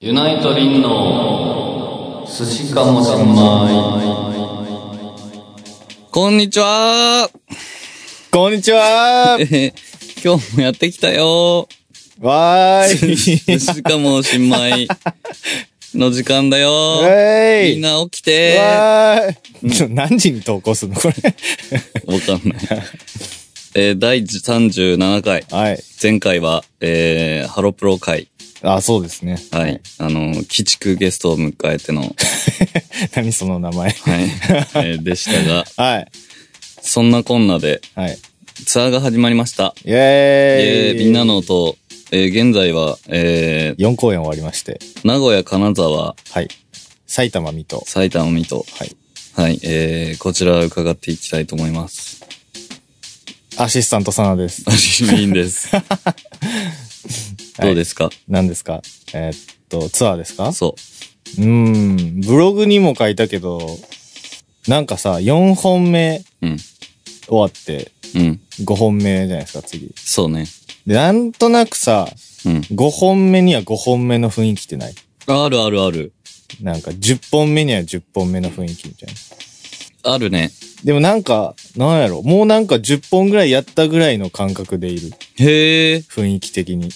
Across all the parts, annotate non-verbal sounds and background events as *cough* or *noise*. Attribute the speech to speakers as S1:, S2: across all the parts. S1: ユナイトリンの寿司かもしんま
S2: こんにちは *laughs*
S3: こんにちは
S2: えへ今日もやってきたよ
S3: わー
S2: 寿
S3: い
S2: 司かもしんまいの時間だよ
S3: えい
S2: みんな起きて
S3: わーいちょ何時に投稿するのこれ。 *laughs*
S2: わかんない。えー、第37回。
S3: はい。
S2: 前回は、えー、ハロプロ会。
S3: あ、そうですね。
S2: はい。あの、鬼畜ゲストを迎えての、はい。
S3: 何その名前。
S2: え
S3: *laughs*
S2: ーでしたが、
S3: はい。
S2: そんなこんなで、
S3: はい。
S2: ツアーが始まりました。
S3: イェ
S2: え
S3: ーイ
S2: ー、みんなの音、えー、現在は、えー、
S3: 4公演終わりまして。
S2: 名古屋、金沢、
S3: はい。埼玉、水戸。
S2: 埼玉、水戸。
S3: はい。
S2: はい、えー、こちら伺っていきたいと思い
S3: *laughs*
S2: ます。
S3: アシスタントさなです。
S2: いいんです。どうですか、
S3: 何ですかえーっと、ツアーですかう
S2: そ
S3: ーん。ブログにも書いたけど、なんかさ、4本目
S2: う。うん。
S3: 終わって、
S2: うん。
S3: 5本目じゃないですか、次。
S2: そうね。
S3: で、なんとなくさ、
S2: うん。
S3: 5本目には5本目の雰囲気ってない
S2: あるあるある。
S3: なんか10本目には10本目の雰囲気みたいな。
S2: あるね。
S3: でもなんか、なんやろ、もうなんか10本ぐらいやったぐらいの感覚でいる。
S2: へえ。
S3: 雰囲気的に。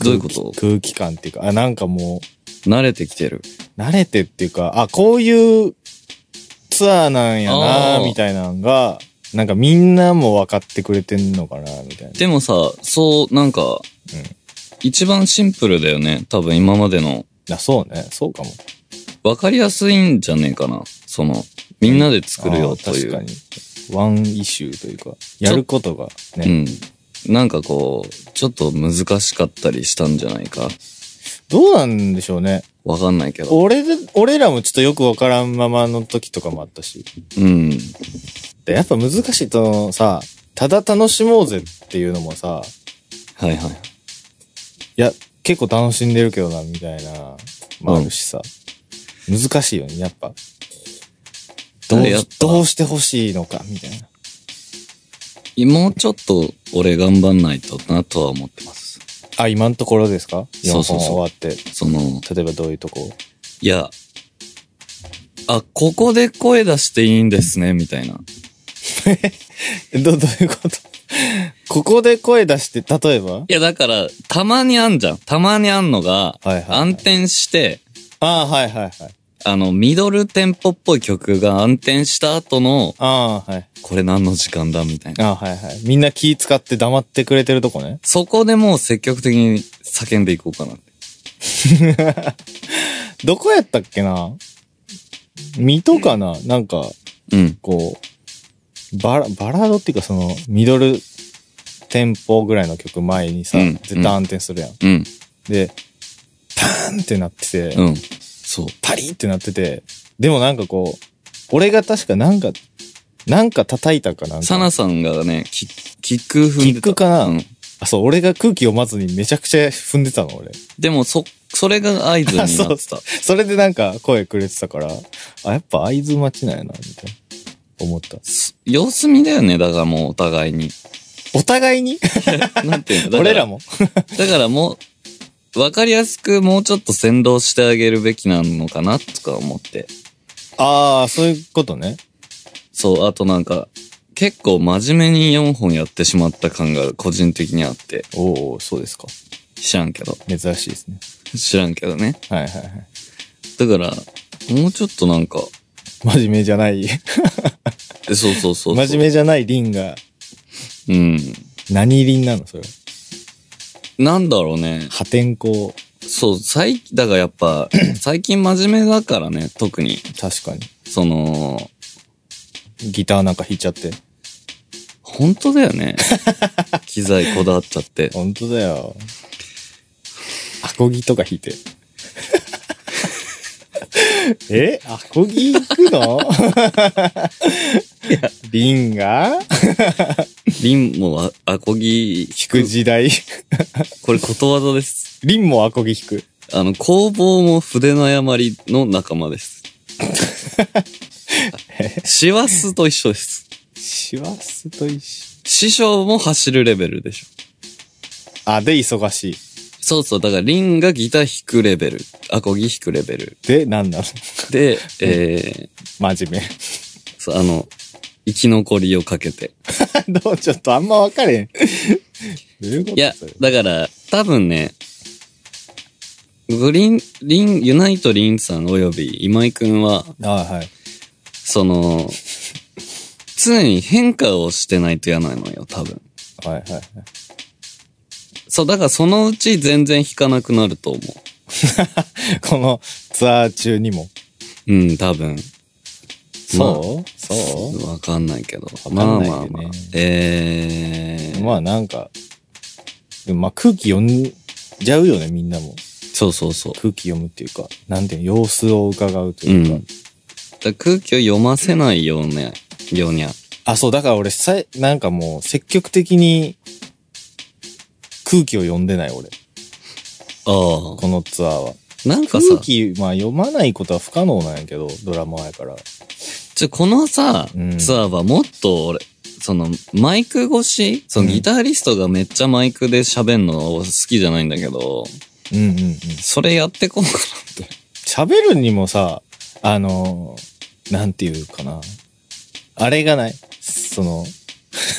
S2: どういうこと
S3: 空気感っていうか、あ、なんかも
S2: 慣れてきてる。
S3: う、慣れてっていうか、あ、こういうツアーなんや
S2: あ
S3: な、
S2: ー
S3: みたいなのが、なんかみんなも分かってくれてんのかな、みたいな。
S2: でもさ、そう、なんか、一番シンプルだよね。多分今までの。
S3: あ、そうね。そうかも。
S2: わかりやすいんじゃねえかな。その、みんなで作るよとい
S3: あー
S2: う。
S3: 確かに。ワンイシューというか、やることがね。
S2: うん。なんかこう、ちょっと難しかったりしたんじゃないか。
S3: どうなんでしょうね。
S2: わかんないけど。
S3: 俺で、俺らもちょっとよくわからんままの時とかもあったし。
S2: うん。
S3: で、やっぱ難しいとさ、ただ楽しもうぜっていうのもさ、
S2: はいはい。
S3: いや、結構楽しんでるけどな、みたいな、もあるしさ。難しいよね、やっぱ。どう
S2: やっぱ、
S3: どうしてほしいのか、みたいな。
S2: もうちょっと俺頑張んないとなとは思ってます。
S3: あ、今のところですか
S2: そ
S3: 4
S2: う
S3: 本
S2: そうそう
S3: 終わって。
S2: その、
S3: 例えばどういうとこ
S2: いや、あ、ここで声出していいんですね、みたいな。
S3: えど、ど *laughs* ういうことここで声出して、例えば
S2: いや、だから、たまにあんじゃん。たまにあんのが、
S3: はいはいはい
S2: 暗転して、
S3: ああ、はいはいはい。
S2: あの、ミドルテンポっぽい曲が暗転した後の、
S3: ああ、はい。
S2: これ何の時間だみたいな。
S3: ああ、はいはい。みんな気使って黙ってくれてるとこね。
S2: そこでもう積極的に叫んでいこうかなって。
S3: どこやったっけな水戸かななんか、
S2: うん。
S3: こう、バラ、バラードっていうかその、ミドルテンポぐらいの曲前にさ、
S2: うん
S3: 絶対暗転するやん。
S2: うん。
S3: で、パーンってなってて、
S2: うん。そう。
S3: パリンってなってて、でもなんかこう、俺が確かなんか、なんか叩いたかなんか。
S2: サナさんがね、キキック踏んでた。
S3: キックかな、
S2: うん。
S3: あ、そう、俺が空気読まずにめちゃくちゃ踏んでたの、俺。
S2: でも、そ、それが合図になっ
S3: *laughs* そう
S2: てた。
S3: それでなんか声くれてたから、あ、やっぱ合図待ちなんやな、みたいな。思った。
S2: す様子見だよね、だからもうお互い
S3: *laughs*
S2: に。
S3: お互い *laughs* に
S2: なんていうのだから
S3: 俺らも
S2: だからもう、わかりやすくもうちょっと先導してあげるべきなのかな、とか思って。
S3: ああ、そういうことね。
S2: そう、あとなんか、結構真面目に4本やってしまった感が個人的にあって、
S3: おおそうですか。
S2: 知らんけど。
S3: 珍しいですね。
S2: 知らんけどね。
S3: はいはいはい。
S2: だから、もうちょっとなんか、
S3: 真面目じゃない、
S2: えそうそうそうそう。
S3: 真面目じゃないリンが、
S2: 目うん。
S3: 何リンなのそれは。
S2: なんだろうね。
S3: 破天荒。
S2: そう、最、だからやっ
S3: *clears throat*
S2: ぱ、最近真面目だからね、特に。
S3: 確かに。
S2: その、
S3: ギターなんか弾いちゃって。
S2: 本当だよ
S3: *laughs*
S2: ね。機材こだわっちゃって。
S3: ほんとだよ。アコギとか弾いて。えアコギ行くのリンが
S2: リンもわアコギ
S3: 弾く時代。
S2: これことわざです。
S3: リンもアコギ弾く。
S2: あの、工房も筆の誤りの仲間
S3: *laughs*
S2: です。師走と一緒です。
S3: シワスと一緒。
S2: 師匠も走るレベルでしょ。
S3: あ、で、忙しい。
S2: そうそう、だからリンがギター弾くレベル、アコギ弾くレベル。
S3: で、なんなの
S2: で、え
S3: 真面
S2: ー、そうあの、生き残りをかけて。
S3: 目。 *laughs* どうちょっとあんま分かれへん。どういうこと
S2: いや
S3: それ、
S2: だから、多分ね、グリーン、リン、ユナイト・リンさん及び今井くんは、
S3: ああはい。
S2: その、常に変化をしてないとやないのよ、多分。
S3: はいはいはい。
S2: そう、だからそのうち全然弾かなくなると思
S3: このツアー中にも。
S2: う。うん、多分。
S3: そう、そ
S2: わかんないけど。
S3: かんない
S2: まあ
S3: よね
S2: まあまあ。え
S3: う
S2: ー、
S3: まあなんか、でもまあ空気読んじゃうよね、みんなも。
S2: そうそうそう。
S3: 空気読むっていうか、なんていうの様子を伺うと
S2: う。
S3: いうんか。
S2: だから空気を読ませないようね、ようにゃ。
S3: あ、そう、だから俺さ、なんかもう積極的に空気を読んでない俺。
S2: ああ。
S3: このツアーは。
S2: なんかさ
S3: 空、気、まあ読まないことは不可能なんやけど、ドラマやから。
S2: ちょ、このさ、
S3: うん
S2: ツアーはもっと俺、その、マイク越しその
S3: うん
S2: ギタリストがめっちゃマイクで喋んの好きじゃないんだけど、
S3: うんうんうん。
S2: それやってこんかなって。
S3: 喋るにもさ、あのーなんていうかな。あれがない。その、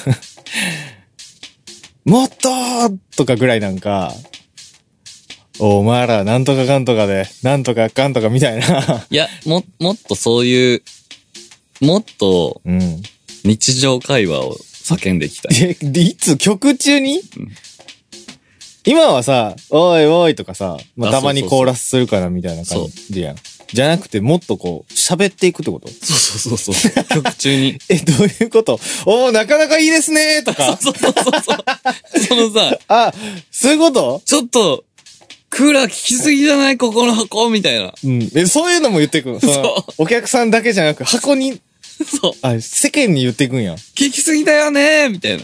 S3: *laughs* もっとーとかぐらいなんか、お前ら、なんとかかんとかで、なんとかかんとかみたいな。 *laughs*
S2: いや、も、もっとそういう、もっと
S3: うん。い
S2: 日常会話を叫んでいきたい。
S3: やでいつ曲中に、
S2: うん
S3: 今はさ、おいおいとかさ、まあ、
S2: あ
S3: たまに
S2: そうそうそう
S3: コーラスするからみたいな感じやん。じゃなくて、もっとこう、喋っていくってこと
S2: *laughs* そうそうそうそう。曲中に。
S3: え、どういうことおー、なかなかいいですねーとか。
S2: *laughs* そうそうそうそう。そのさ、
S3: あ、そういうこと
S2: ちょっと、クーラー効きすぎじゃないここの箱みたいな。
S3: うん。え、そういうのも言ってくん。そのお客さんだけじゃなく、箱に、
S2: そう。効
S3: あ、世間に言ってくんや。ん
S2: きすぎだよねみたいな。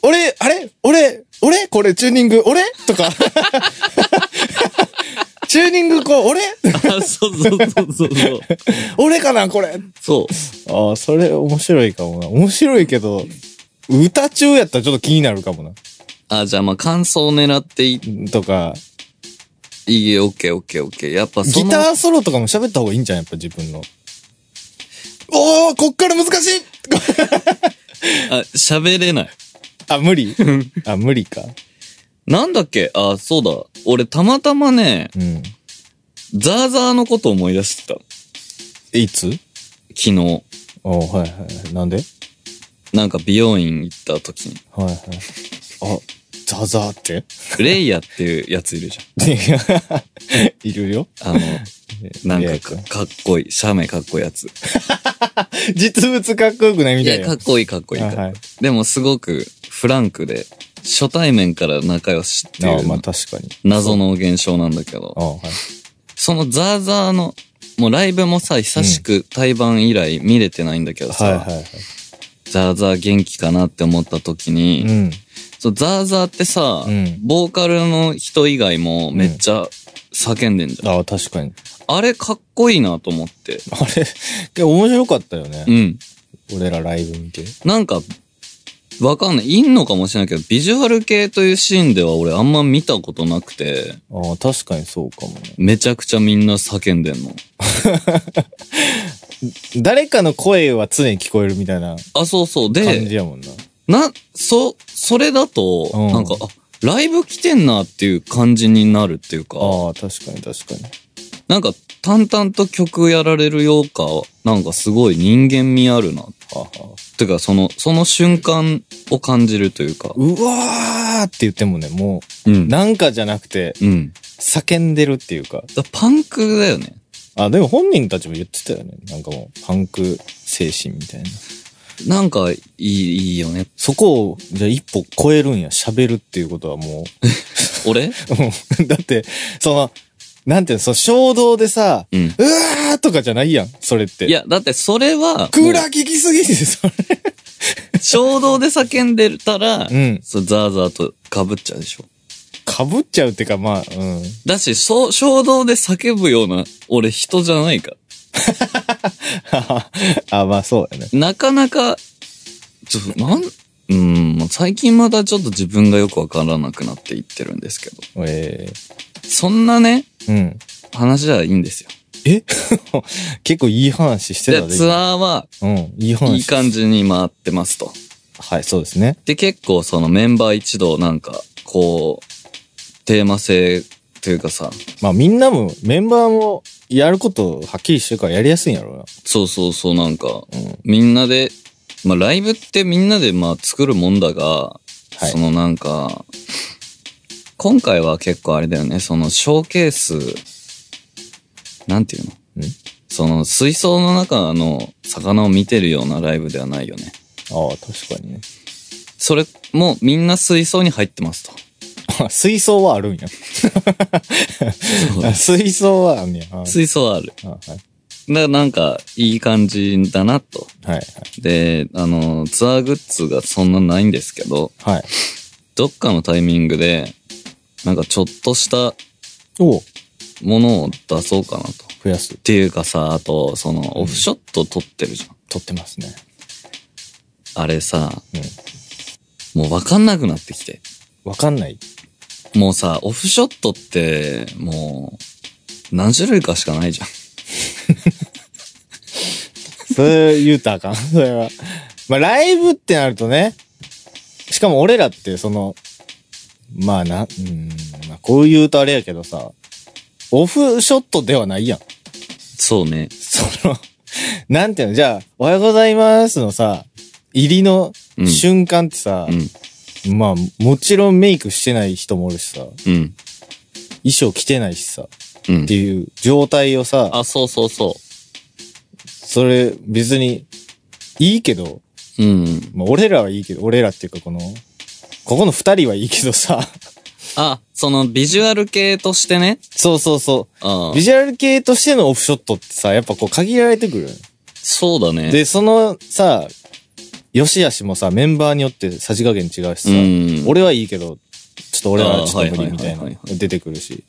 S3: 俺、あれ俺、俺これチューニング、俺とか。 *laughs* チューニングこう、俺 *laughs*
S2: あ、 *laughs* そうそうそうそうそう。
S3: 俺かなこれ。
S2: *laughs* そう。
S3: ああ、それ面白いかもな。面白いけど、歌中やったらちょっと気になるかも
S2: あ、じゃあまあ感想を狙っていい
S3: な。とか、
S2: いいえ、オッケーオッケーオッケー。やっぱそ
S3: ギ
S2: の、
S3: ターソロとかも喋った方がいいんじゃんやっぱ自分の。おー、こっから難しい
S2: あ、喋れない。
S3: あ、無理あ、無理か。
S2: なんだっけあ、そうだ。俺たまたまね、
S3: うん。
S2: ザーザーのこと思い出してた。
S3: えいつ
S2: 昨日。
S3: おーはいはいはい。なんで
S2: なんか美容院行った時に。
S3: はいはい。あ、ザザーって *laughs*
S2: レイヤーっていうやついるじ
S3: いるよ。
S2: ゃん。
S3: *laughs*
S2: あの、なん
S3: いや
S2: かかかっこいい。写メかっこいいやつ。
S3: 実物かっこよくないみ
S2: い
S3: た
S2: や
S3: い、な。
S2: かっこいいかっこいいかっこいい
S3: あはい
S2: でもすごくフランクで、初対面から仲良しってい
S3: あまあ
S2: う
S3: 確かに。
S2: 謎の現象なんだけど
S3: あ、はい。
S2: そのザーザーの、もうライブもさ、久しく対バン以来見れてないんだけどさ、
S3: はいはいはい。
S2: ザーザー元気かなって思った時に、
S3: うん。
S2: そうザーザーってさ、
S3: うん
S2: ボーカルの人以外もめっちゃ叫んでんじゃん。
S3: あ確かに。
S2: あれかっこいいなと思って。
S3: あれ、で面白かったよね
S2: う。ん。
S3: 俺らライブ見て。
S2: なんか、わかんない。いんのかもしれないけど、ビジュアル系というシーンでは俺あんま見たことなくて、
S3: ああ、確かにそうかもね。
S2: めちゃくちゃみんな叫んでんの。
S3: 誰かの声は常に聞こえるみたいな
S2: あ、そうそう。
S3: 感
S2: で、
S3: じやもんな。
S2: な、そ、それだと、
S3: うん
S2: なんか、あ、ライブ来てんなっていう感じになるっていうか、
S3: ああ、確かに確かに。
S2: なんか、淡々と曲やられるようか、なんかすごい人間味あるな。
S3: はあはあ
S2: てか、その、その瞬間を感じるというか。
S3: うわーって言ってもね、も
S2: う
S3: う、
S2: ん。
S3: なんかじゃなくて、
S2: うん。
S3: 叫んでるっていうか。
S2: だパンクだよね。
S3: あ、でも本人たちも言ってたよね。なんかもう、パンク精神みたいな。
S2: なんか、いい、いいよね。
S3: そこを、じゃあ一歩超えるんや、喋るっていうことはも *laughs*
S2: 俺
S3: う。だって、その、なんていうの、その衝動でさ、
S2: うん。
S3: うわーとかじゃないやん、それって。
S2: い、や、だってそれは、
S3: クーラー
S2: も
S3: 効きすぎて、それ。
S2: う衝動で叫んでたら、
S3: うん。
S2: そうザーザーと被っちゃうでしょ。
S3: かぶっちゃうっていうか、まあ、うん。 *laughs*
S2: だし、そう、衝動で叫ぶような、俺人じゃないから。
S3: あ、まあそうやね。
S2: なかなか、ちょっと、なん、うん、最近またちょっと自分がよくわからなくなっていってるんですけど。
S3: え
S2: そんなね、
S3: えうん。
S2: 話じゃいいんですよ。
S3: 結構いい話して
S2: で、
S3: たで。
S2: ツアーは
S3: 今うん。いい話。
S2: いい感。じに回ってますと。
S3: はい、そうですね。
S2: で、結構そのメンバー一同なんか、こう、テーマ性というかさ、
S3: まあみんなも、メンバーも、やることはっきりしてるからやりやすいんやろうな。
S2: そうそうそうなんか、
S3: うん。
S2: みんなで、まあライブってみんなでまあ作るもんだが、
S3: い
S2: そのなんか、今回は結構あれだよね、そのショーケース、なんていうの
S3: ん
S2: その水槽の中の魚を見てるようなライブではないよね。
S3: ああ、確かにね。
S2: それもみんな水槽に入ってます
S3: *laughs*
S2: と。
S3: あ水槽はあるんや。あ水槽はあんねや。あ
S2: 水槽ある。
S3: あはい。
S2: だからなんかいい感じだなと。
S3: はい。
S2: で、あの、ツアーグッズがそんなないんですけど、
S3: はい。
S2: どっかのタイミングで、なんかちょっとした
S3: を
S2: ものを出そうかなと。っ
S3: 増やす。
S2: ていうかさ、あと、その、オフショット撮ってるじゃん。
S3: 取ってますね。
S2: あれさ、
S3: う
S2: もうわかんなくなってきて。
S3: ん。わかんない。
S2: もうさ、オフショットって、もう、何種類かしかないじゃん。
S3: それ言うたらあかん。それは。まあ、ライブってなるとね。しかも俺らって、その、まあな、うーん、まあ、こう言うとあれやけどさ、オフショットではないやん。
S2: そうね。
S3: その、なんていうの、じゃあ、おはようございますのさ、入りの
S2: うん
S3: 瞬間ってさ
S2: う、ん。
S3: まあ、もちろんメイクしてない人もおるしさ、
S2: うん。
S3: 衣装着てないしさ、
S2: うん
S3: って。いう状態をさ、
S2: あ、そうそうそ
S3: それ別にいいけど、
S2: う。うん。
S3: まあ、俺らはいいけど、俺らっていうかこの、ここの二人はいいけどさ、
S2: あ、その、ビジュアル系としてね。
S3: *laughs* そうそうそ
S2: あ
S3: う、
S2: あ
S3: ビジュアル系としてのオフショットってさ、やっぱこう限られてくるよね。
S2: そうだね。
S3: で、そのさ、よしあしもさ、メンバーによってさじ加減違うしさ、
S2: うん
S3: 俺はいいけど、ちょっと俺らはちょっ
S2: あー
S3: と無
S2: はい
S3: 理みたい
S2: はい
S3: な
S2: はいはいは
S3: 出てくるし。
S2: い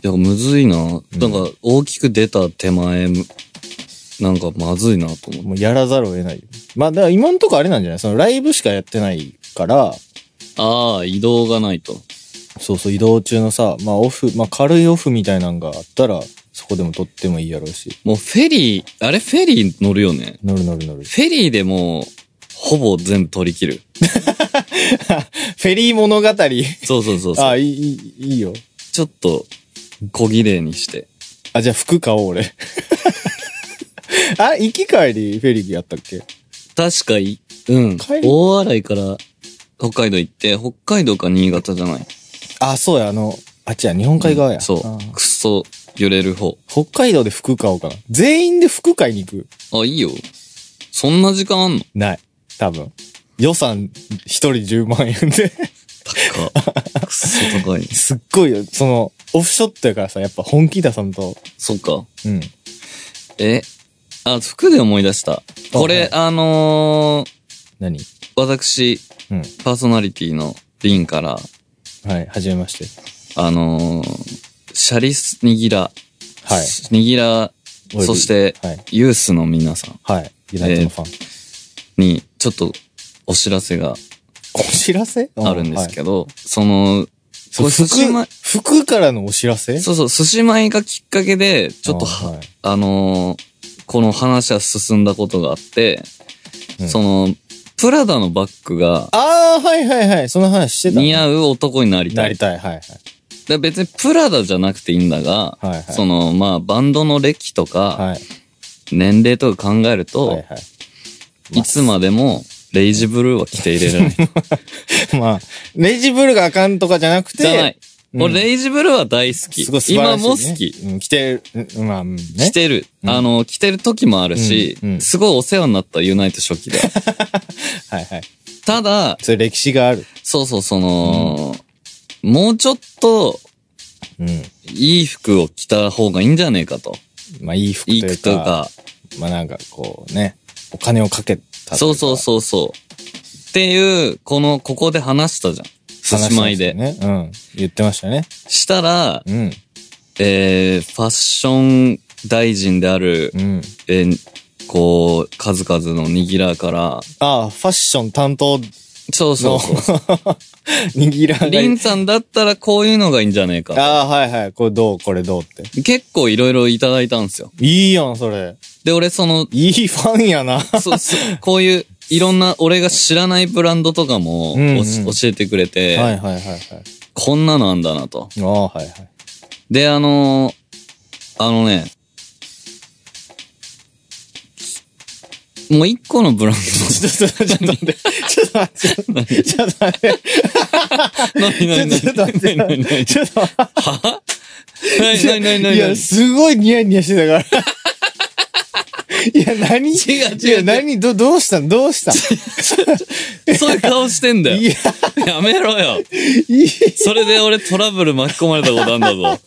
S2: や、むずいな。なんか、大きく出た手前、むなんか、まずいなと思う。
S3: もうやらざるを得ないよね。まあ、だから今んとこあれなんじゃないそのライブしかやってないから、
S2: ああ、移動がないと。
S3: そうそう、移動中のさ、まあオフ、まあ軽いオフみたいなんがあったら、そこでも撮ってもいいやろうし。
S2: もう、フェリー、あれ、フェリー乗るよね。
S3: 乗る乗る乗る。フ
S2: フェリーでもう、ほぼ全部取り切る。
S3: ェリー物語。
S2: そうそうそうそう。
S3: あ、いい、いいいいよ。
S2: ちょっと、小綺麗にして。
S3: あ、じゃあ服買おう、俺。 *laughs* あ、行き帰り、フェリーやったっけ
S2: 確かい、うん
S3: 帰り。
S2: 大洗から、北海道行って、北海道か新潟じゃない。
S3: あ、そうや、あの、あっちや、日本海側や。あ
S2: そう。くっそ、揺れる方。
S3: 北海道で服買おうかな。全員で服買いに行く。
S2: あ、いいよ。そんな時間あんの
S3: ない。多分。予算、一人10万円で。
S2: *laughs* 高っ。くっそ高い。
S3: *laughs* すっごいよ。その、オフショットやからさ、やっぱ本気出さんと。
S2: そっか。
S3: うん。
S2: え、あ、服で思い出した。これ、あのー、
S3: 何
S2: 私、
S3: うん。
S2: パーソナリティのリンから、
S3: はい、はじめまして。
S2: あのー、シャリスニギラ、
S3: はい。
S2: ニギラ、そして、
S3: はい。
S2: ユースの皆さん
S3: はい。ユナイトのファン。
S2: に、ちょっとお知らせが
S3: お知らせ
S2: あるんです
S3: ど。
S2: けど、その、こ
S3: はい
S2: れ寿
S3: そう
S2: 司
S3: 服
S2: 米、
S3: 服からのお知らせ
S2: そうそう、寿司米がきっかけで、ちょっとは、
S3: あはい
S2: あのーこの話は進んだことがあって、
S3: うん
S2: その、プラダのバッグが
S3: あー、はいはいはい。その話してた。
S2: 似合
S3: う。
S2: う男になりた
S3: ないり。たい。はいはい。
S2: で別にプラダじゃなくていいんだが、
S3: はいはい
S2: その、まあ、バンドの歴とか、
S3: はい。
S2: 年齢とか考えると、
S3: はいいはい。
S2: つまでも、レイジブルーは着てい
S3: *laughs*
S2: れられない。
S3: まあ、レジブルがあかんとかじゃなくて。
S2: じゃない。
S3: うん
S2: 俺、レイジブルーは大好き。
S3: すごい素晴
S2: 今
S3: らしい、ね。
S2: も好き。
S3: うん、着てる。うんまあ、うんね。
S2: 着てる。
S3: うん
S2: あの、着てる時もあるし、
S3: うんうん
S2: すごいお世話になったユナイト初
S3: *laughs*
S2: 期で。
S3: はいはい。
S2: ただ、
S3: それ歴史がある。
S2: そうそう、その、もうちょっと、
S3: うん。
S2: いい服を着た方がいいんじゃねえかと。
S3: まあ、いい服と
S2: いい
S3: いう
S2: 服
S3: か。
S2: とか。
S3: まあなんかこうね、お金をかけたといか。
S2: そうそうそうそう。っていう、この、ここで話したじゃん。
S3: 話し
S2: 獅子
S3: ま
S2: 舞
S3: し
S2: で。
S3: たね。うん。言ってましたね。
S2: したら、
S3: うん。
S2: えー、ファッション大臣である、
S3: うん。
S2: えーこう、数々のニギラーから、
S3: ああ、ファッション担当
S2: そうそう
S3: *laughs*
S2: そう。
S3: 握らな
S2: リン
S3: い。
S2: さんだったらこういうのがいいんじゃねえか。
S3: ああ、はいはい。これどうこれどうって。
S2: 結構いろいろいただいたんですよ。
S3: いいやん、それ。
S2: で、俺その、
S3: いいファンやな。
S2: そそこういう、いろんな俺が知らないブランドとかもお
S3: うんうん
S2: し教えてくれて、
S3: はいはいはいはい。
S2: こんなのあんだなと。
S3: ああ、はいはい。
S2: で、あのーあのね、もう一個のブラン
S3: ちょっと、ちょっと待って。ちょっと待って。ちょっと待って。
S2: ド。 *laughs* 何何何
S3: ちょっと待って
S2: 何何何
S3: ちょっと待っ
S2: は何何何
S3: て。
S2: 何
S3: いや、すごいニヤニヤしてたから。いや、何
S2: 違う違う
S3: いや、何ど、どうしたんどうしたん
S2: そういう顔してんだ
S3: い
S2: よ。
S3: や、
S2: やめろよ。
S3: い
S2: それで俺トラブル巻き込まれたことあんだぞ。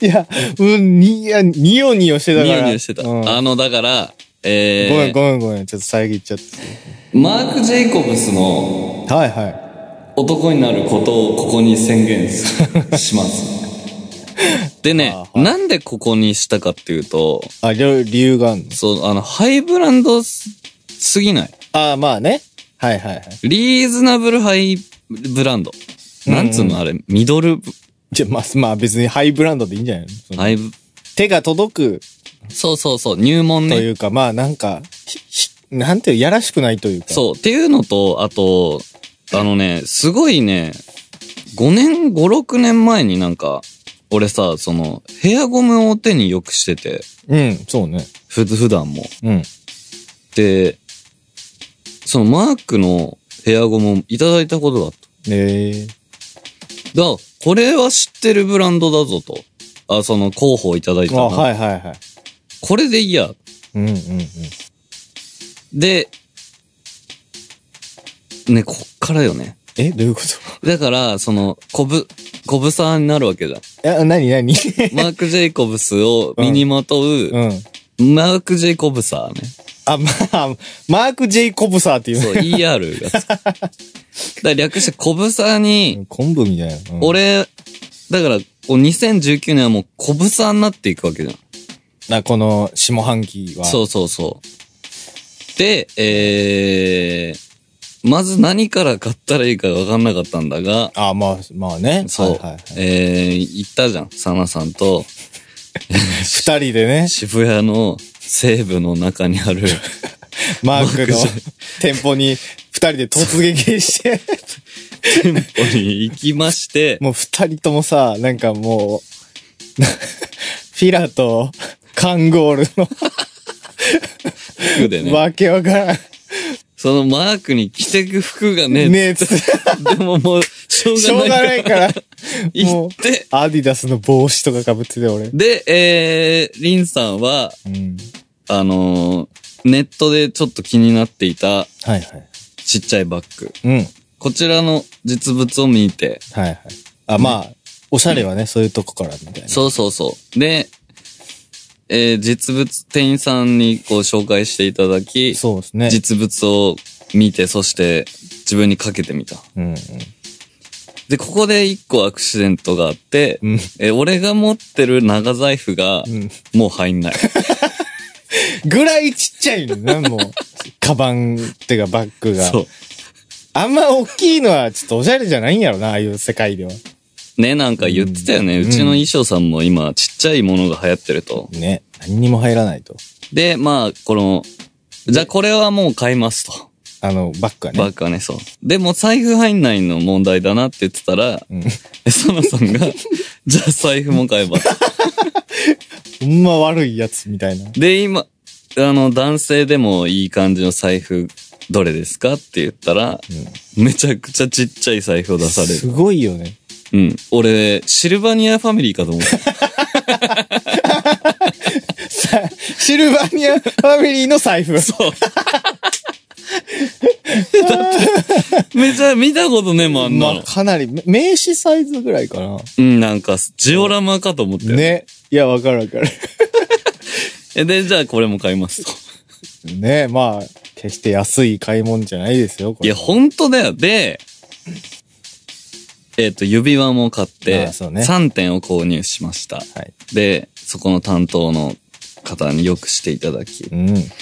S3: や、うん、に、いや、ニヨニヨしてた
S2: ニ
S3: から。
S2: ヤニヤしてた。
S3: うん
S2: あの、だから、えー、
S3: ごめんごめんごめん。ちょっと遮っちゃっ
S2: マーク・ジェイコブスの
S3: た。はいは
S2: 男になることをここに宣言すします。 *laughs* でね、
S3: あはい
S2: なんでここにしたかっていうと、
S3: い。あ、りょ理由があるの
S2: そう、あの、ハイブランドすすぎない。
S3: ああ、まあね。はいはいはい。
S2: リーズナブルハイブランド。なんつう
S3: うんう
S2: のあれ、ミドルブ、
S3: じゃ、まあ、まあ別にハイブランドでいいんじゃないのその
S2: ハイブ、
S3: 手が届く
S2: そうそうそう、入門
S3: とい
S2: ね。
S3: うか、まあなんか、ひひなんていう、やらしくないというか。
S2: そう、っていうのと、あと、あのね、すごいね、5年、5、6年前になんか、俺さ、その、ヘアゴムを手によくしてて、
S3: うん、そうね。
S2: ふ、普段も。
S3: うん。
S2: で、そのマークのヘアゴムをいただいたことがあった。
S3: ええ
S2: だから、これは知ってるブランドだぞと。あ、その候補をいただいた
S3: あ、
S2: な。
S3: はいはいはい。
S2: これでいいや。
S3: うんうんうん。
S2: で、ね、こっからよね。
S3: え、どういうこと *laughs*
S2: だから、その、コブ、コブサーになるわけじゃん。
S3: え、なになに
S2: マーク・ジェイコブスを身にまとう、
S3: *laughs* うん。
S2: マーク・ジェイコブサーね。
S3: あ、まあ、マーク・ジェイ・コブサーっていう。
S2: そう、ER がつ
S3: *laughs*
S2: く。だから略してコブサーに、
S3: 昆布みたいな。うん、
S2: 俺、だから、こう2019年はもう小ぶさになっていくわけじゃん。
S3: な、この下半期は。
S2: そうそうそう。で、えー、まず何から買ったらいいか分かんなかったんだが、
S3: あ、まあ、まあね。
S2: そう、
S3: はいはいはい
S2: えー、行ったじゃん。サナさんと、
S3: 二人でね、
S2: 渋谷の西部の中にあ
S3: *laughs*
S2: る、
S3: マークの
S2: マー
S3: 店舗に二人で突撃して、
S2: 店舗に行きまして、
S3: もう二人ともさ、なんかもう、 *laughs* フィラとカンゴール
S2: 服で
S3: の
S2: ね、
S3: わけわからん。
S2: そのマークに着てく服がね、
S3: ねえ、つって
S2: でももう、しょう
S3: しょう
S2: がな
S3: がない *laughs* い
S2: か、
S3: からら。
S2: 行って、
S3: アディダスの帽子とか被ってて俺。
S2: で、えー、リンさんは、
S3: うん。
S2: あのーネットでちょっと気になっていた
S3: はいはい。
S2: ちっちゃいバッグ。
S3: うん。はい
S2: こちらの実物を見て、
S3: はい。あ、まあ、おしゃれはね、そういうとこからみたいな。
S2: そうそうそう。で、えー実物、店員さんにこう紹介していただき、
S3: そうですね。
S2: 実物を見て、そして自分にかけてみた。
S3: うん
S2: で、ここで一個アクシデントがあって、
S3: うん。うん。
S2: えー俺が持ってる長財布が
S3: うん
S2: もう入んない。
S3: ぐらいちっちゃいのね、 *laughs* もう。カバンってかバッグが。
S2: そ
S3: あんま大きいのはちょっとおしゃれじゃないんやろな、ああいう世界では。
S2: う。ね、なんか言ってたよね。
S3: う
S2: うんちの衣装さんも今ちっちゃいものが流行ってると。
S3: ね。何にも入らないと。
S2: で、まあ、この、じゃあこれはもう買いますと。
S3: あの、バッグはね。
S2: バッグはね、そう。でも財布入んないの問題だなって言ってたら、
S3: うん
S2: *laughs* えそのさんが、 *laughs* じゃあ財布も買えば。
S3: ほんま悪いやつみたいな。
S2: で、今、あの、男性でもいい感じの財布、どれですかって言ったら、めちゃくちゃちっちゃい財布を出され
S3: す
S2: る。
S3: ごいよね。 *laughs*
S2: うん。俺、シルバニアファミリーかと思った。
S3: さシルバニアファミリーの財布。
S2: そう。めちゃ、見たことねえもん、あんな
S3: ま
S2: の
S3: あ、。かなり、め名刺サイズぐらいかな。
S2: うん、なんか、ジオラマかと思って。
S3: ね。いや、わかるわかる。
S2: えで、じゃあこれも買いますと。
S3: ねまあ、決して安い買い物じゃないですよ、
S2: い
S3: これ。
S2: や、ほんとだよ。で、えっ、と、指輪も買って、
S3: ああそうね
S2: 3点を購入しました。
S3: はい。
S2: で、そこの担当の方によくしていただき
S3: う。ん。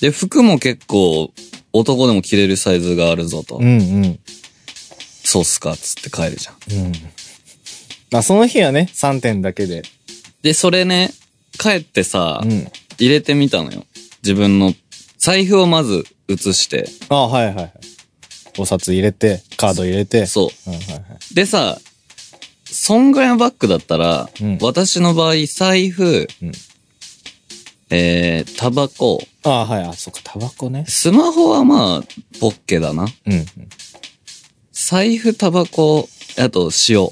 S2: で、服も結構、男でも着れるサイズがあるぞと。
S3: うんうん。
S2: そうっすか、つって帰るじゃん。
S3: うん。まあその日はね、3点だけで。
S2: で、それね、帰ってさ、
S3: うん。
S2: 入れてみたのよ。自分の財布をまず移して。
S3: ああはいはいはい。お札入れて、カード入れて。
S2: そう。
S3: うんはいはい。
S2: でさ、そんぐらいのバッグだったら、
S3: うん
S2: 私の場合、財布、
S3: うん
S2: えー、タバコ、
S3: ああはい。あ、そっか、タバコね。
S2: スマホはまあ、ポッケだな。
S3: うんうん。
S2: 財布、タバコ、あと塩。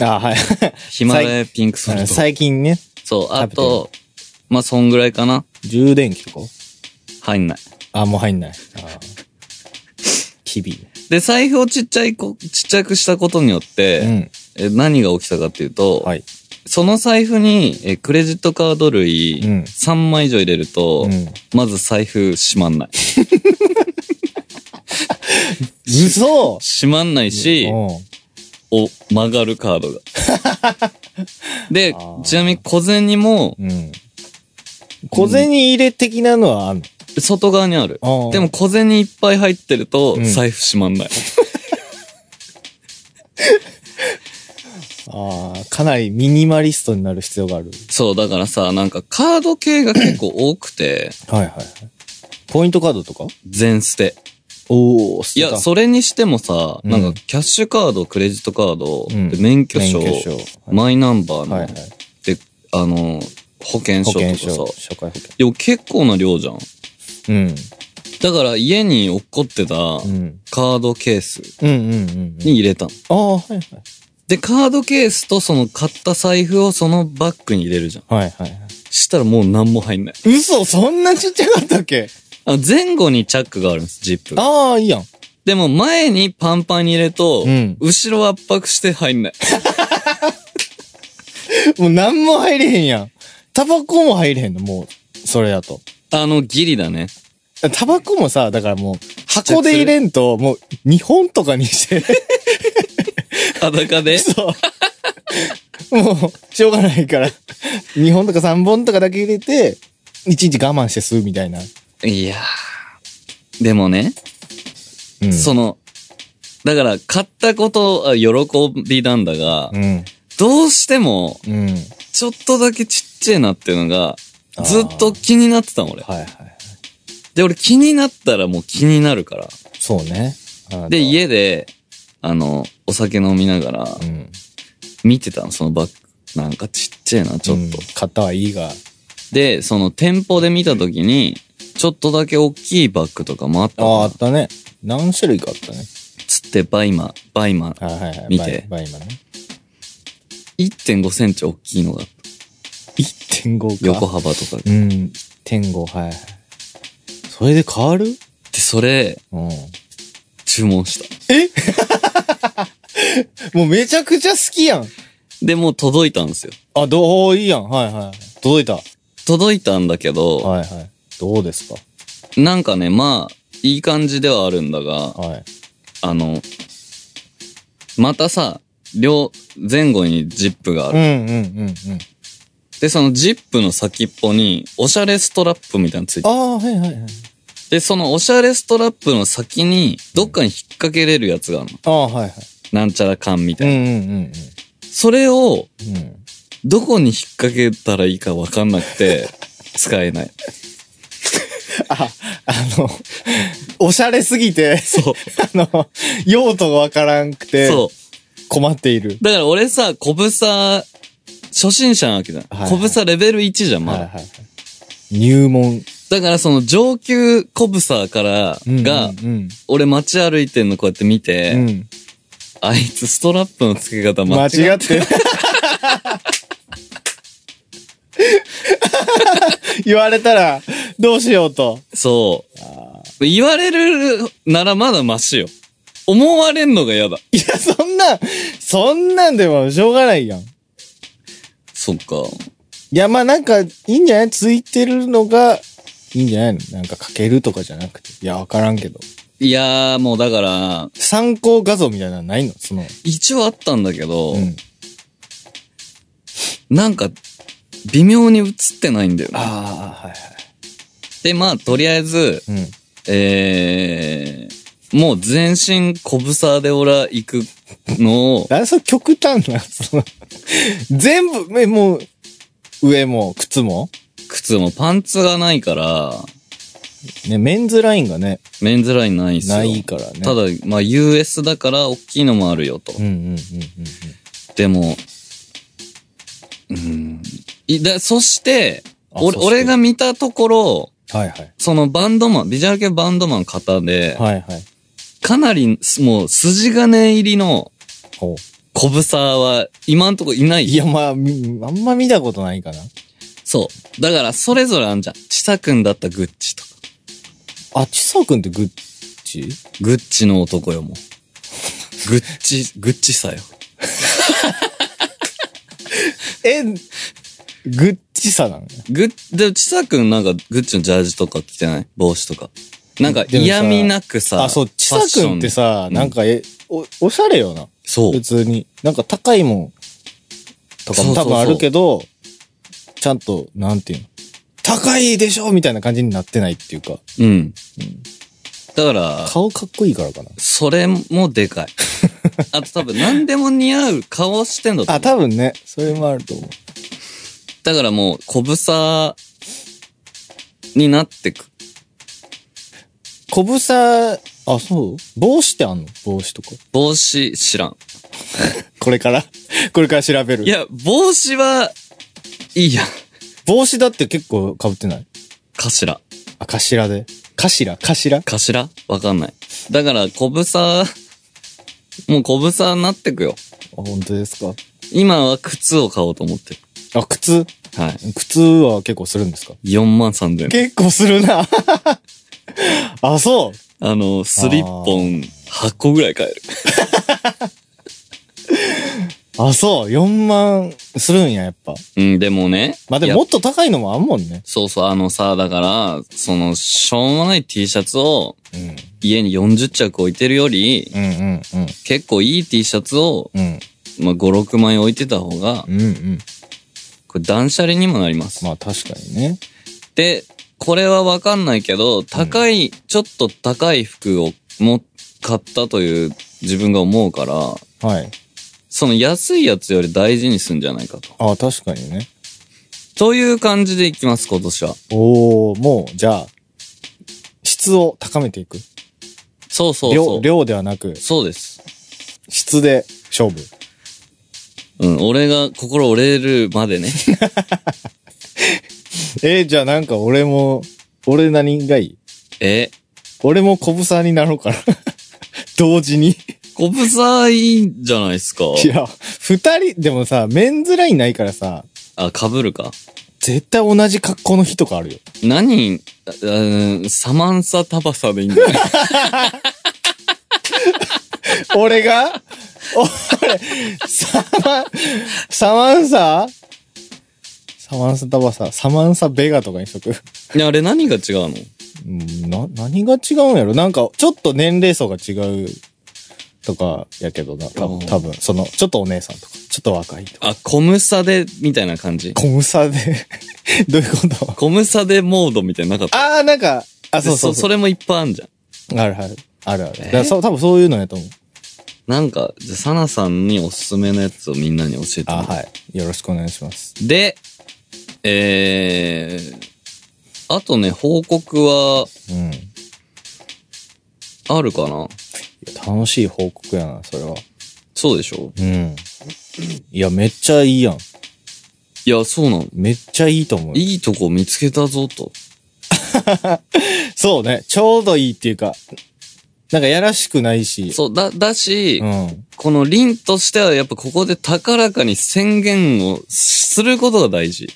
S3: ああはい。 *laughs*
S2: ヒマラヤピンクソルト。
S3: 最近ね、
S2: そう、あ
S3: 食べてる
S2: と、まあ、そんぐらいかな。
S3: 充電器とか
S2: 入んない。
S3: ああもう入んない。ああ。日々。
S2: で、財布をちっちゃいこ、ちっちゃくしたことによって、
S3: うん。
S2: え何が起きたかっていうと、
S3: はい。
S2: その財布にえクレジットカード類
S3: うん
S2: 3枚以上入れると、
S3: うん
S2: まず財布閉まんない。
S3: 嘘
S2: 閉まんないし、
S3: うん
S2: お、曲がるカー
S3: *laughs*
S2: ドが。で
S3: あー、
S2: ちなみに小銭も
S3: うん。小銭入れ的なのはあん
S2: 外側にある。
S3: の
S2: でも、小銭いっぱい入ってると、
S3: うん
S2: 財布閉まんない。
S3: ああ、かなりミニマリストになる必要がある。
S2: そう、だからさ、なんかカード系が結構多くて、
S3: はいはいはい。ポイントカードとか
S2: 全捨て。
S3: おお、捨
S2: いや、それにしてもさ、
S3: うん
S2: なんかキャッシュカード、クレジットカード、
S3: うん
S2: で免許証、
S3: 免許証はい
S2: マイナンバーの、
S3: はいはい。
S2: で、あの、保険
S3: 保
S2: 証と
S3: 険
S2: か
S3: 証、
S2: さ。
S3: 社会保険。
S2: でも結構な量じゃん。
S3: うん。
S2: だから家に落っこってた
S3: うん。
S2: カードケース
S3: うんうんうんうん。
S2: に入れたの。
S3: ああ、はいはい。
S2: で、カードケースとその買った財布をそのバッグに入れるじゃん。
S3: はいはいは
S2: したらもう何も入んない。
S3: い。嘘そんなちっちゃかったっけ
S2: あ前後にチャックがあるんです、ジップが。
S3: ああ、いいやん。
S2: でも前にパンパンに入れると、
S3: うん
S2: 後ろ圧迫して入んない。
S3: もう何も入れへんやん。タバコも入れへんの、もう。それだと。
S2: あの、ギリだね。
S3: タバコもさ、だからもう、箱で入れんと、もう、2本とかにして、
S2: 裸
S3: *laughs*
S2: で。
S3: そう。もう、しょうがないから、2本とか3本とかだけ入れて、1日我慢して吸うみたいな。
S2: いやー。でもね、
S3: うん
S2: その、だから、買ったこと、あ喜びなんだが、
S3: うん。
S2: どうしても、
S3: うん。
S2: ちょっとだけちっちゃいなっていうのが
S3: あ、ー
S2: ずっと気になってたの、俺。
S3: はいはい。
S2: で、俺気になったらもう気になるから。
S3: そうね。あ
S2: で、
S3: の。
S2: 家で、あの、お酒飲みながら、
S3: うん。
S2: 見てたの、そのバッグ。なんかちっちゃいな、ちょっと。
S3: うん買ったはいいが。
S2: で、その店舗で見た時に、ちょっとだけ大きいバッグとかもあった
S3: ああ、あ
S2: の。
S3: ったね。何種類かあったね。
S2: つって、バイマ、バイマ、
S3: はいはいはい。
S2: 見て
S3: バイバイマね。
S2: 1.5センチ大きいのがあった、
S3: 1.5か。
S2: 横幅とかで。
S3: うん。1.5、はいはい。それで変わる
S2: で、それ、
S3: うん。
S2: 注文した。
S3: もうめちゃくちゃ好きやん。
S2: で、もう届いたんですよ。
S3: あ、どういいやん。はいはい。届いた。は
S2: 届いたんだけど、
S3: いはい。どうですか
S2: なんかね、まあ、いい感じではあるんだが、
S3: はい。
S2: あの、またさ、両、前後にジップがあ
S3: う
S2: る。
S3: んうんうんうん。
S2: で、そのジップの先っぽに、おしゃれストラップみたいなのついて
S3: ああ、はいはいはい。
S2: で、そのおしゃれストラップの先に、どっかに引っ掛けれるやつがあるの。
S3: ああ、はいはい。
S2: なんちゃら缶みた
S3: う
S2: い
S3: ん
S2: な。
S3: うんうん
S2: それを、
S3: うん。うん。
S2: どこに引っ掛けたらいいかわかんなく
S3: *laughs*
S2: て、使えない。
S3: あ、あの、 *laughs* おしゃれすぎて、
S2: そう。
S3: *laughs* あの、用途がわからんくて、
S2: そう。
S3: 困っている。
S2: だから俺さ、小房、初心者なわけじゃん。
S3: はいはい
S2: 小房レベル1じゃん、まだ。
S3: はい。入門
S2: だからその上級コブサーからが、
S3: うん
S2: 俺街歩いてんのこうやって見て、
S3: うんうん
S2: あいつストラップの付け方間
S3: 間
S2: 違って
S3: 違って。言われたら、どうしようと。
S2: そう。言われるならまだマシよ。思われんのが嫌だ。
S3: いや、そんなん、そんなんでもしょうがないやん。い
S2: そっか。
S3: や、まあなんか、いいんじゃないついてるのが、いいんじゃないのなんかかけるとかじゃなくて。いや、わからんけど。
S2: いやーもうだから、
S3: 参考画像みたいなのないのその。
S2: 一応あったんだけど、
S3: うん。
S2: なんか、微妙に映ってないんだよね。
S3: ああ、はいはい。
S2: で、まあ、とりあえず、
S3: うん。
S2: えー、もう全身小ぶさで俺は行くのを、
S3: なんでそれ極端な、その、全部、えもう、上も靴も、
S2: 靴もパンツがないから、
S3: ね、メンズラインがね、
S2: メンズラインないんすよ。
S3: ないからね。
S2: ただ、まあ US だから大きいのもあるよと。
S3: うんうんうんうんうん。
S2: でも、うん。いだそして、
S3: あ
S2: 俺
S3: そして
S2: 俺が見たところ、
S3: はいはい。
S2: そのバンドマン、ビジュアル系バンドマン方で、
S3: はいはい。
S2: かなりもう筋金入りの
S3: ほう。
S2: 小ぶさは今んとこいない。
S3: いや、まあ、みあんま見たことないかな。
S2: そう。だからそれぞれあんじゃん。ちさくんだったらグッチとか。
S3: あ、ちさくんってグッチ
S2: グッチの男よ、もう。グッチ、グッチさよ。
S3: え、グッチさなの
S2: グッ、で、ちさくんなんかグッチのジャージとか着てない帽子とか。なんか
S3: でもさ
S2: 嫌味なくさ。
S3: あ、そう、ちさ
S2: ファッショ
S3: く
S2: ン
S3: んってさ、
S2: うん
S3: なんか、え、お、おしゃれよな。
S2: そう
S3: 普。通に。なんか高いもんとか
S2: そ
S3: も
S2: うそう
S3: 多
S2: そう
S3: 分あるけど、ちゃんと、なんていうの高いでしょみたいな感じになってないっていうか、
S2: うん。だから、
S3: 顔かっこいいからかな。
S2: それもで
S3: *laughs*
S2: かい。あと多分何でも似合う顔してんだと思
S3: あ、
S2: う
S3: 多分ね、それもあると思う。
S2: だからもう、小ぶさになってく。
S3: 小ぶさ、あ、そう帽子ってあんの帽子とか。
S2: 帽子知らん。
S3: これから *laughs* これから調べる。
S2: いや、帽子は、いいやん。
S3: 帽子だって結構被ってない
S2: 頭。
S3: あ、頭で。頭頭
S2: 頭わかんない。だから、小ぶさ、もう小ぶさになってくよ。
S3: あ、本当ですか
S2: 今は靴を買おうと思ってる。
S3: あ、靴
S2: はい。
S3: 靴は結構するんですか
S2: 4万3000円。
S3: 結構するな。 *laughs* あ、そう。
S2: あの、スリッポン8個ぐらい買える。
S3: あ、そう。4万するんや、やっぱ。
S2: うん、でもね。
S3: まあ、で
S2: いや
S3: ももっと高いのもあんもんね。
S2: そうそう、あのさ、だから、その、しょうもない T シャツを
S3: うん。
S2: 家に40着置いてるより、
S3: うんうんうん。
S2: 結構いい T シャツを、
S3: うん。
S2: まあ、5、6枚置いてた方が、
S3: うんうん。
S2: これ断捨離にもなります。
S3: まあ、確かにね。
S2: で、これはわかんないけど、高い、ちょっと高い服をも買ったという自分が思うから、
S3: はい。
S2: その安いやつより大事にすんじゃないかと。
S3: あ、確かにね。
S2: という感じでいきます、今年は。
S3: おー、もう、じゃあ、質を高めていく。
S2: そうそうそ
S3: 量、
S2: う。
S3: 量ではなく、
S2: そうです。
S3: 質で勝負。
S2: うん、俺が心折れるまでね。 *laughs*
S3: えーじゃあなんか俺も、俺何がいい
S2: え、
S3: 俺も小ぶさになろうかな。 *laughs* 同時に。
S2: コブサいいんじゃないですか。
S3: いや、二人、でもさ、メンズラインないからさ、
S2: あ、被るか。
S3: 絶対同じ格好の日とかあるよ。
S2: 何、あうんサマンサタバサでいいんじ
S3: *laughs*
S2: ゃない
S3: 俺が *laughs* 俺、サマン、サマンササマンサタバサ、サマンサベガとかにしとく。
S2: いやあれ何が違うの
S3: うんな、何が違うんやろなんか、ちょっと年齢層が違うとかやけどな、多
S2: お
S3: 分、
S2: う
S3: 多分その、ちょっとお姉さんとか、ちょっと若いとか。
S2: あ、コムサで、みたいな感じ。
S3: 小むさで、 *laughs* どういうこと
S2: コムサでモードみたいなのなかった。
S3: ああ、なんか、あ、そうそう
S2: で
S3: そう。
S2: れもいっぱいあんじゃん。
S3: あるある。あるある。だからそう多分そういうのやと思う。
S2: なんか、じゃあサナさんにおすすめのやつをみんなに教えてもら
S3: あ
S2: う。
S3: はい。よろしくお願いします。
S2: で、えー、あとね、報告は
S3: うん。い
S2: あるかな
S3: や楽しい報告やな、それは。
S2: そうでしょ
S3: うん。いや、めっちゃいいやん。
S2: いや、そうなの。
S3: めっちゃいいと思うよ。
S2: いいとこ見つけたぞと。
S3: そうね。ちょうどいいっていうか、なんかやらしくないし。
S2: そう、だ、だし、
S3: うん。
S2: この凛としてはやっぱここで高らかに宣言をすることが大事。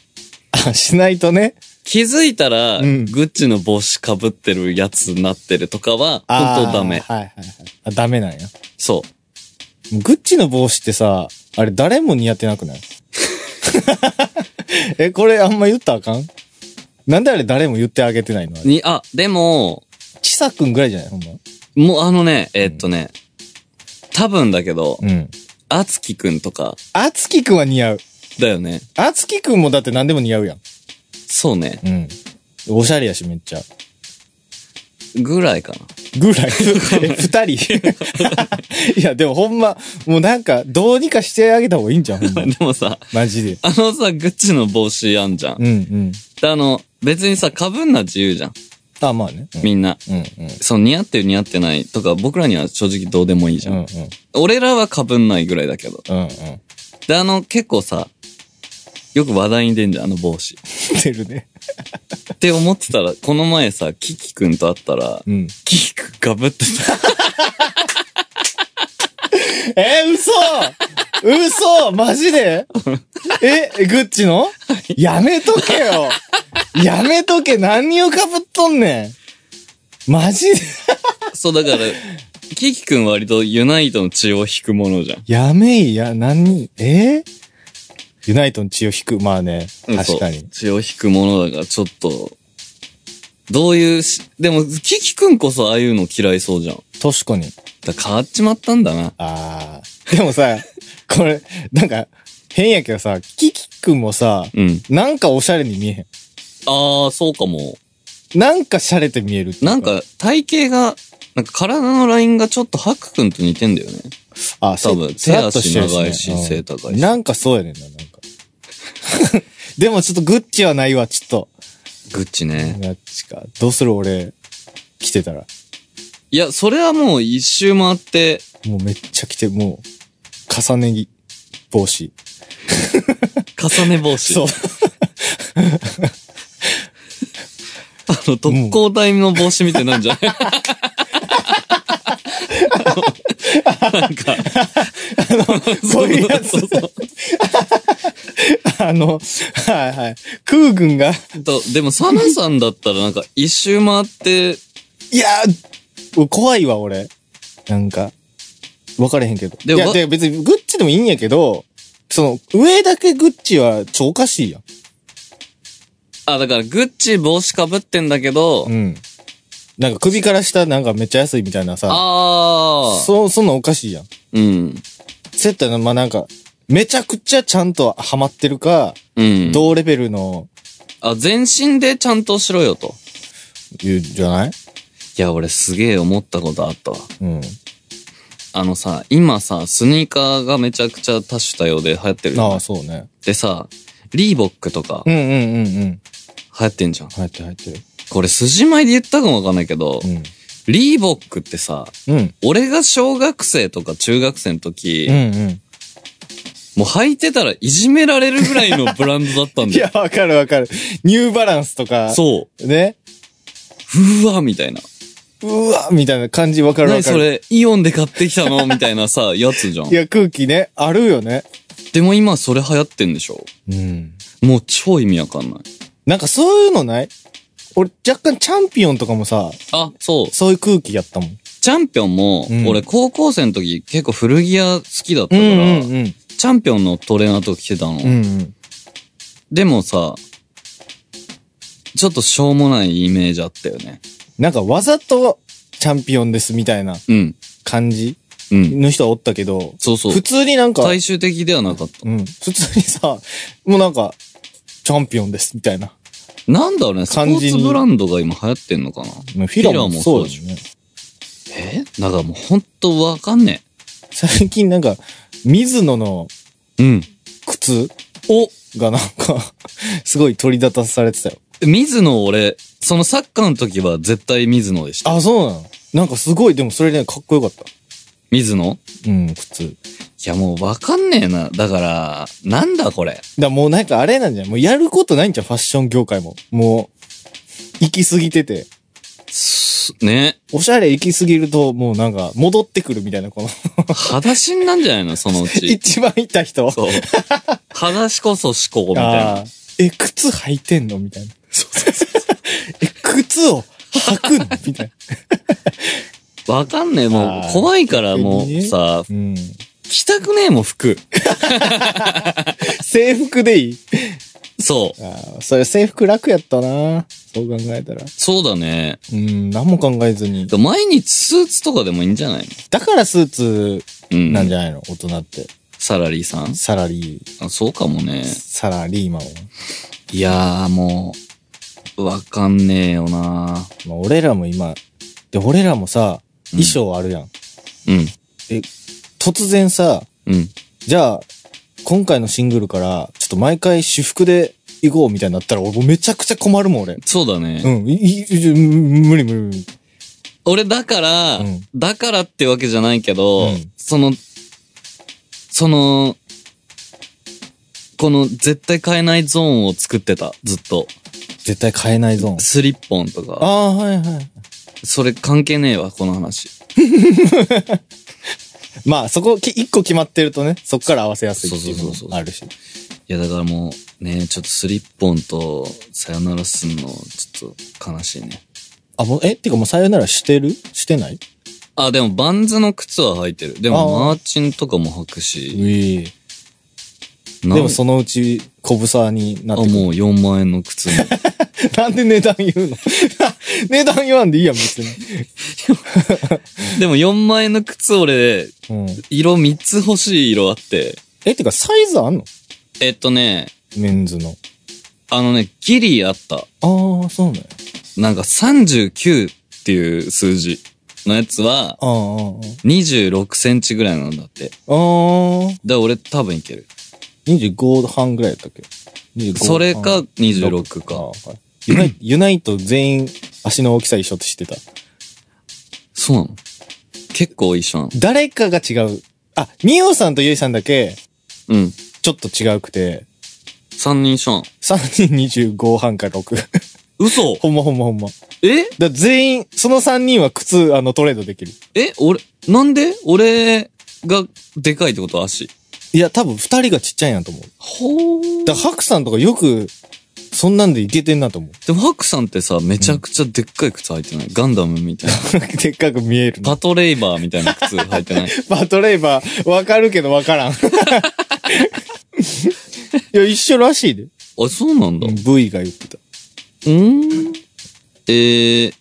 S3: あ、しないとね。
S2: 気づいたら、
S3: うん
S2: グッチの帽子かぶってるやつになってるとかは、
S3: あー
S2: 本当ダメ。
S3: はいはいはい。あ、ダメなんや。
S2: そ
S3: グッチの帽子ってさ、あれ誰も似合ってなくない *laughs* え、これあんま言ったらあかんなんであれ誰も言ってあげてないのあ
S2: う。
S3: れ
S2: に、あ、でも、
S3: ちさくんぐらいじゃないほんま。
S2: もうあのね、えーっとね、多分だけど、
S3: うん。
S2: あつきくんとか、
S3: あつきくんは似合う。
S2: だよね。
S3: あつきくんもだって何でも似合うやん。
S2: そうね。
S3: うん。おしゃれやしめっちゃ。
S2: ぐらいかな。
S3: ぐ *laughs* らい。え二人 *laughs* いや、でもほんま、もうなんか、どうにかしてあげた方がいいんじゃん、ほんま
S2: でもさ、
S3: マジで。
S2: あのさ、グッチの帽子あんじゃん。
S3: うんうん。
S2: で、あの、別にさ、被んな自由じゃん。
S3: あ、まあね。うん
S2: みんな。
S3: うんうん。
S2: その似合ってる似合ってないとか、僕らには正直どうでもいいじゃ
S3: うん
S2: ん。
S3: うん。
S2: 俺らは被んないぐらいだけど。
S3: うんうん。
S2: で、あの、結構さ、よく話題に出んじゃん、あの帽子。
S3: 出るね。
S2: って思ってたら、この前さ、キキ君と会ったら、
S3: うん。
S2: キキ君かぶってた。
S3: えー、嘘嘘マジでえ、グッチのやめとけよやめとけ何をかぶっとんねんマジで *laughs*
S2: そう、だから、キキ君割とユナイトの血を引くものじゃん。
S3: やめいや、何えーユナイトの血を引く。まあね、確か
S2: そう
S3: に。
S2: 血を引くものだから、ちょっと、どういうし、でも、キキ君こそああいうの嫌いそうじゃん。
S3: 確かに。
S2: だから変わっちまったんだな。
S3: あー。でもさ、これ、なんか、変やけどさ、キキ君もさ、
S2: うん。
S3: なんかおしゃれに見えへ
S2: ああ、そうかも。
S3: ん。なんか洒落て見えるっていう
S2: なん、か、体型が、なんか体のラインがちょっとハク君と似てんだよね。
S3: あ、
S2: 多分
S3: そうラッとしてるね
S2: 手足長いし背高いし
S3: うんなんかそうやねんな、なんか。 *laughs* でもちょっとグッチはないわ、ちょっと。
S2: グッチね。
S3: グッチか。どうする俺、来てたら。
S2: いや、それはもう一周回って、
S3: もうめっちゃ来て、もう、重ね着、帽子。
S2: 重ね帽子。
S3: そう。 *laughs*
S2: あの、特攻隊の帽子みたいになんじゃないなんか、
S3: そういうやつ
S2: そうそう
S3: あの、はいはい。空軍が、
S2: とでも、サナさんだったらなんか、一周回って、
S3: いやー、怖いわ、俺。なんか、分かれへんけど。
S2: で
S3: いや、
S2: わ
S3: で別にグッチでもいいんやけど、その、上だけグッチは、ちょ、おかしいやん。
S2: あ、だから、グッチ帽子かぶってんだけど
S3: う、ん。なんか首から下なんかめっちゃ安いみたいなさ。
S2: ああ、
S3: そう、そんなんおかしいやん。
S2: うん、
S3: そうやったら、まあ、なんか、めちゃくちゃちゃんとハマってるか、
S2: うん。
S3: 同レベルの、
S2: あ、全身でちゃんとしろよと。
S3: 言うじゃない
S2: いや、俺すげえ思ったことあったわ。
S3: うん。
S2: あのさ、今さ、スニーカーがめちゃくちゃ多種多様で流行ってるじゃん
S3: ああ、そうね。
S2: でさ、リーボックとか
S3: う
S2: 流
S3: んうんうんうん。
S2: 行ってんじゃん。
S3: 入ってる入ってる。
S2: これ筋前で言ったかもわかんないけど、リーボックってさ、
S3: うん。うん。
S2: 俺が小学生とか中学生の時、
S3: うん
S2: もう履いてたらいじめられるぐらいのブランドだった
S3: うん *laughs* ん。い
S2: だよ
S3: や、。わかるわかる。ニューバランスとか。。
S2: そう
S3: ね。
S2: う。うわ、みたいな。
S3: うわみたいな感じわかるわ
S2: 何
S3: か
S2: そ
S3: る。
S2: れ、イオンで買ってきたのみたいなさ、やつじゃん
S3: い。や、空気ね。あるよね。
S2: でも今それ流行ってんでしょ
S3: うん。
S2: もう超意味わかんない。
S3: なんかそういうのない俺、若干チャンピオンとかもさ、
S2: あ、そう。
S3: そういう空気やったもん。
S2: チャンピオンも、
S3: うん
S2: 俺高校生の時結構古着屋好きだったか
S3: う
S2: ら、
S3: んうんう
S2: チ
S3: ん。
S2: ャンピオンのトレーナーとか着てたの。
S3: うんうん。
S2: でもさ、ちょっとしょうもないイメージあったよね。
S3: なんかわざとチャンピオンですみたいな
S2: うん。
S3: 感じ
S2: うん。
S3: の人はおったけど、
S2: そうそう
S3: 普。通になんか、
S2: 最終的ではなかっ
S3: うん、普通にさ、もうなんか、チャンピオンですみたいな。
S2: た。なんだろうね、スポ
S3: 感
S2: ー
S3: じ
S2: ツ
S3: に
S2: ブランドが今流行ってんのかな
S3: フィラもそうだしね。
S2: えだからもうほんとわかんね
S3: 最近なんか、水野の
S2: え。うん。
S3: 靴
S2: お
S3: がなんか、すごい取り立たされてたよ。
S2: 水野俺、そのサッカーの時は絶対水野でした。
S3: あ、そうなのなんかすごい、でもそれね、かっこよかった。
S2: 水野
S3: うん、靴。だか
S2: いやもうわかんねえな。だから、なんだこれ。
S3: らもうなんかあれなんじゃないもうやることないんじゃん、ファッション業界も。もう、行き過ぎてて。
S2: すね。
S3: おしゃれ行き過ぎると、もうなんか、戻ってくるみたいな、この、
S2: 裸足になんじゃないのそのうち。
S3: 一番いた人。
S2: そう。裸足こそ思考みたい
S3: あ
S2: な
S3: あ。え、靴履いてんのみたいな。え、靴を履くのみたいな。
S2: わかんねえ、も
S3: あ
S2: う
S3: ー
S2: 怖いからも
S3: 逆に
S2: う
S3: ね
S2: さ、
S3: うん。
S2: 着たくねえもん服。
S3: 制服でいい
S2: そう。
S3: ああ、それ制服楽やったな。そう考えたら。
S2: そうだね。
S3: うん、何も考えずに。
S2: 毎日スーツとかでもいいんじゃない
S3: だからスーツ
S2: のうん。
S3: なんじゃないの大人って。
S2: サラリーさん
S3: サラリー、
S2: あそうかもね。
S3: サラリーマンは。
S2: いやーもう、わかんねえよな
S3: まあ、俺らも今、で、俺らもさ、
S2: うん
S3: 衣装あるやん。
S2: うん。
S3: 突然さ、
S2: うん。
S3: じゃあ、今回のシングルから、ちょっと毎回私服で行こうみたいになったら、俺めちゃくちゃ困るもん、俺。
S2: そうだね。
S3: うん、いいい無理無理無理。
S2: 俺だから、
S3: うん
S2: だからってわけじゃないけど、
S3: うん
S2: その、その、この絶対買えないゾーンを作ってた、ずっと。
S3: 絶対買えないゾーン。
S2: スリッポンと
S3: あ
S2: か。
S3: あ、はいはい。
S2: それ関係ねえわ、この話。
S3: まあ、そこ、き一個決まってるとね、そこから合わせやすいっていう
S2: そうそうそう
S3: の
S2: そう
S3: もあるし。
S2: いや、だからもう、ね、ちょっとスリッポンとさよならすんの、ちょっと悲しいね。
S3: あ、もう、え、ってかもうさよならしてるしてない
S2: あ、でもバンズの靴は履いてる。で
S3: あ
S2: も
S3: ー
S2: マーチンとかも履く
S3: う
S2: し。
S3: い。
S2: で
S3: でもそのうち、小ぶさにな
S2: あ、
S3: っ
S2: もう
S3: てくる。
S2: 4万円の靴も。
S3: *laughs* なんで値段言うの *laughs* 値段言わんでいいやん、別に。
S2: でも4万円の靴俺、
S3: うん。
S2: 色3つ欲しい色あって。
S3: え、てかサイズあんの
S2: えっとね、
S3: メンズの。
S2: あのね、ギリあった。
S3: ああ、そうなんや。
S2: なんか39っていう数字のやつは、
S3: ああ、
S2: 26センチぐらいなんだって。だか
S3: ああ。ああ、
S2: ら俺多分いける。
S3: 25半ぐらいやったっけ25
S2: それか
S3: 半
S2: 26
S3: ああ
S2: か。
S3: はいユナイ
S2: *clears throat*
S3: ユナイト全員足の大きさ一緒としてた。
S2: そうなの結構一緒なの
S3: 誰かが違う。あ、ミオさんとユイさんだけ、
S2: うん。
S3: ちょっと違うくて、
S2: 3人一緒なの
S3: 3人25半か6。
S2: 嘘
S3: *laughs* ほんまほんまほんま。
S2: え
S3: だ全員、その3人は靴、あの、トレードできる。
S2: え俺、なんで俺がでかいってこと足。
S3: いや、多分2人がちっちゃいんやと思う。
S2: ほー。
S3: だハクさんとかよく、そんなんでいけてんなと思う。 *laughs*
S2: でもハクさんってさ、めちゃくちゃでっかい靴履いてない、ガンダム *laughs* みたいな。
S3: でっかく見えるな
S2: パトレイバーみたいな靴履いてない。
S3: パトレイバー、わかるけどわ *laughs* からん。いや、一緒らしいで。
S2: あ、そうなんだ。う
S3: V が言ってた。
S2: ーん。えー、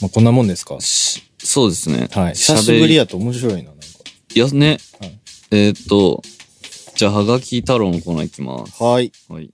S3: まあ、こんなもんですか
S2: しそうですね。
S3: はい。
S2: しゃ
S3: 久
S2: べ
S3: しぶりやと面白いな、なんか。
S2: いやね。
S3: はい
S2: えーっと、じゃあ、はがき太郎のコーナー行きます。
S3: はい。
S2: はい。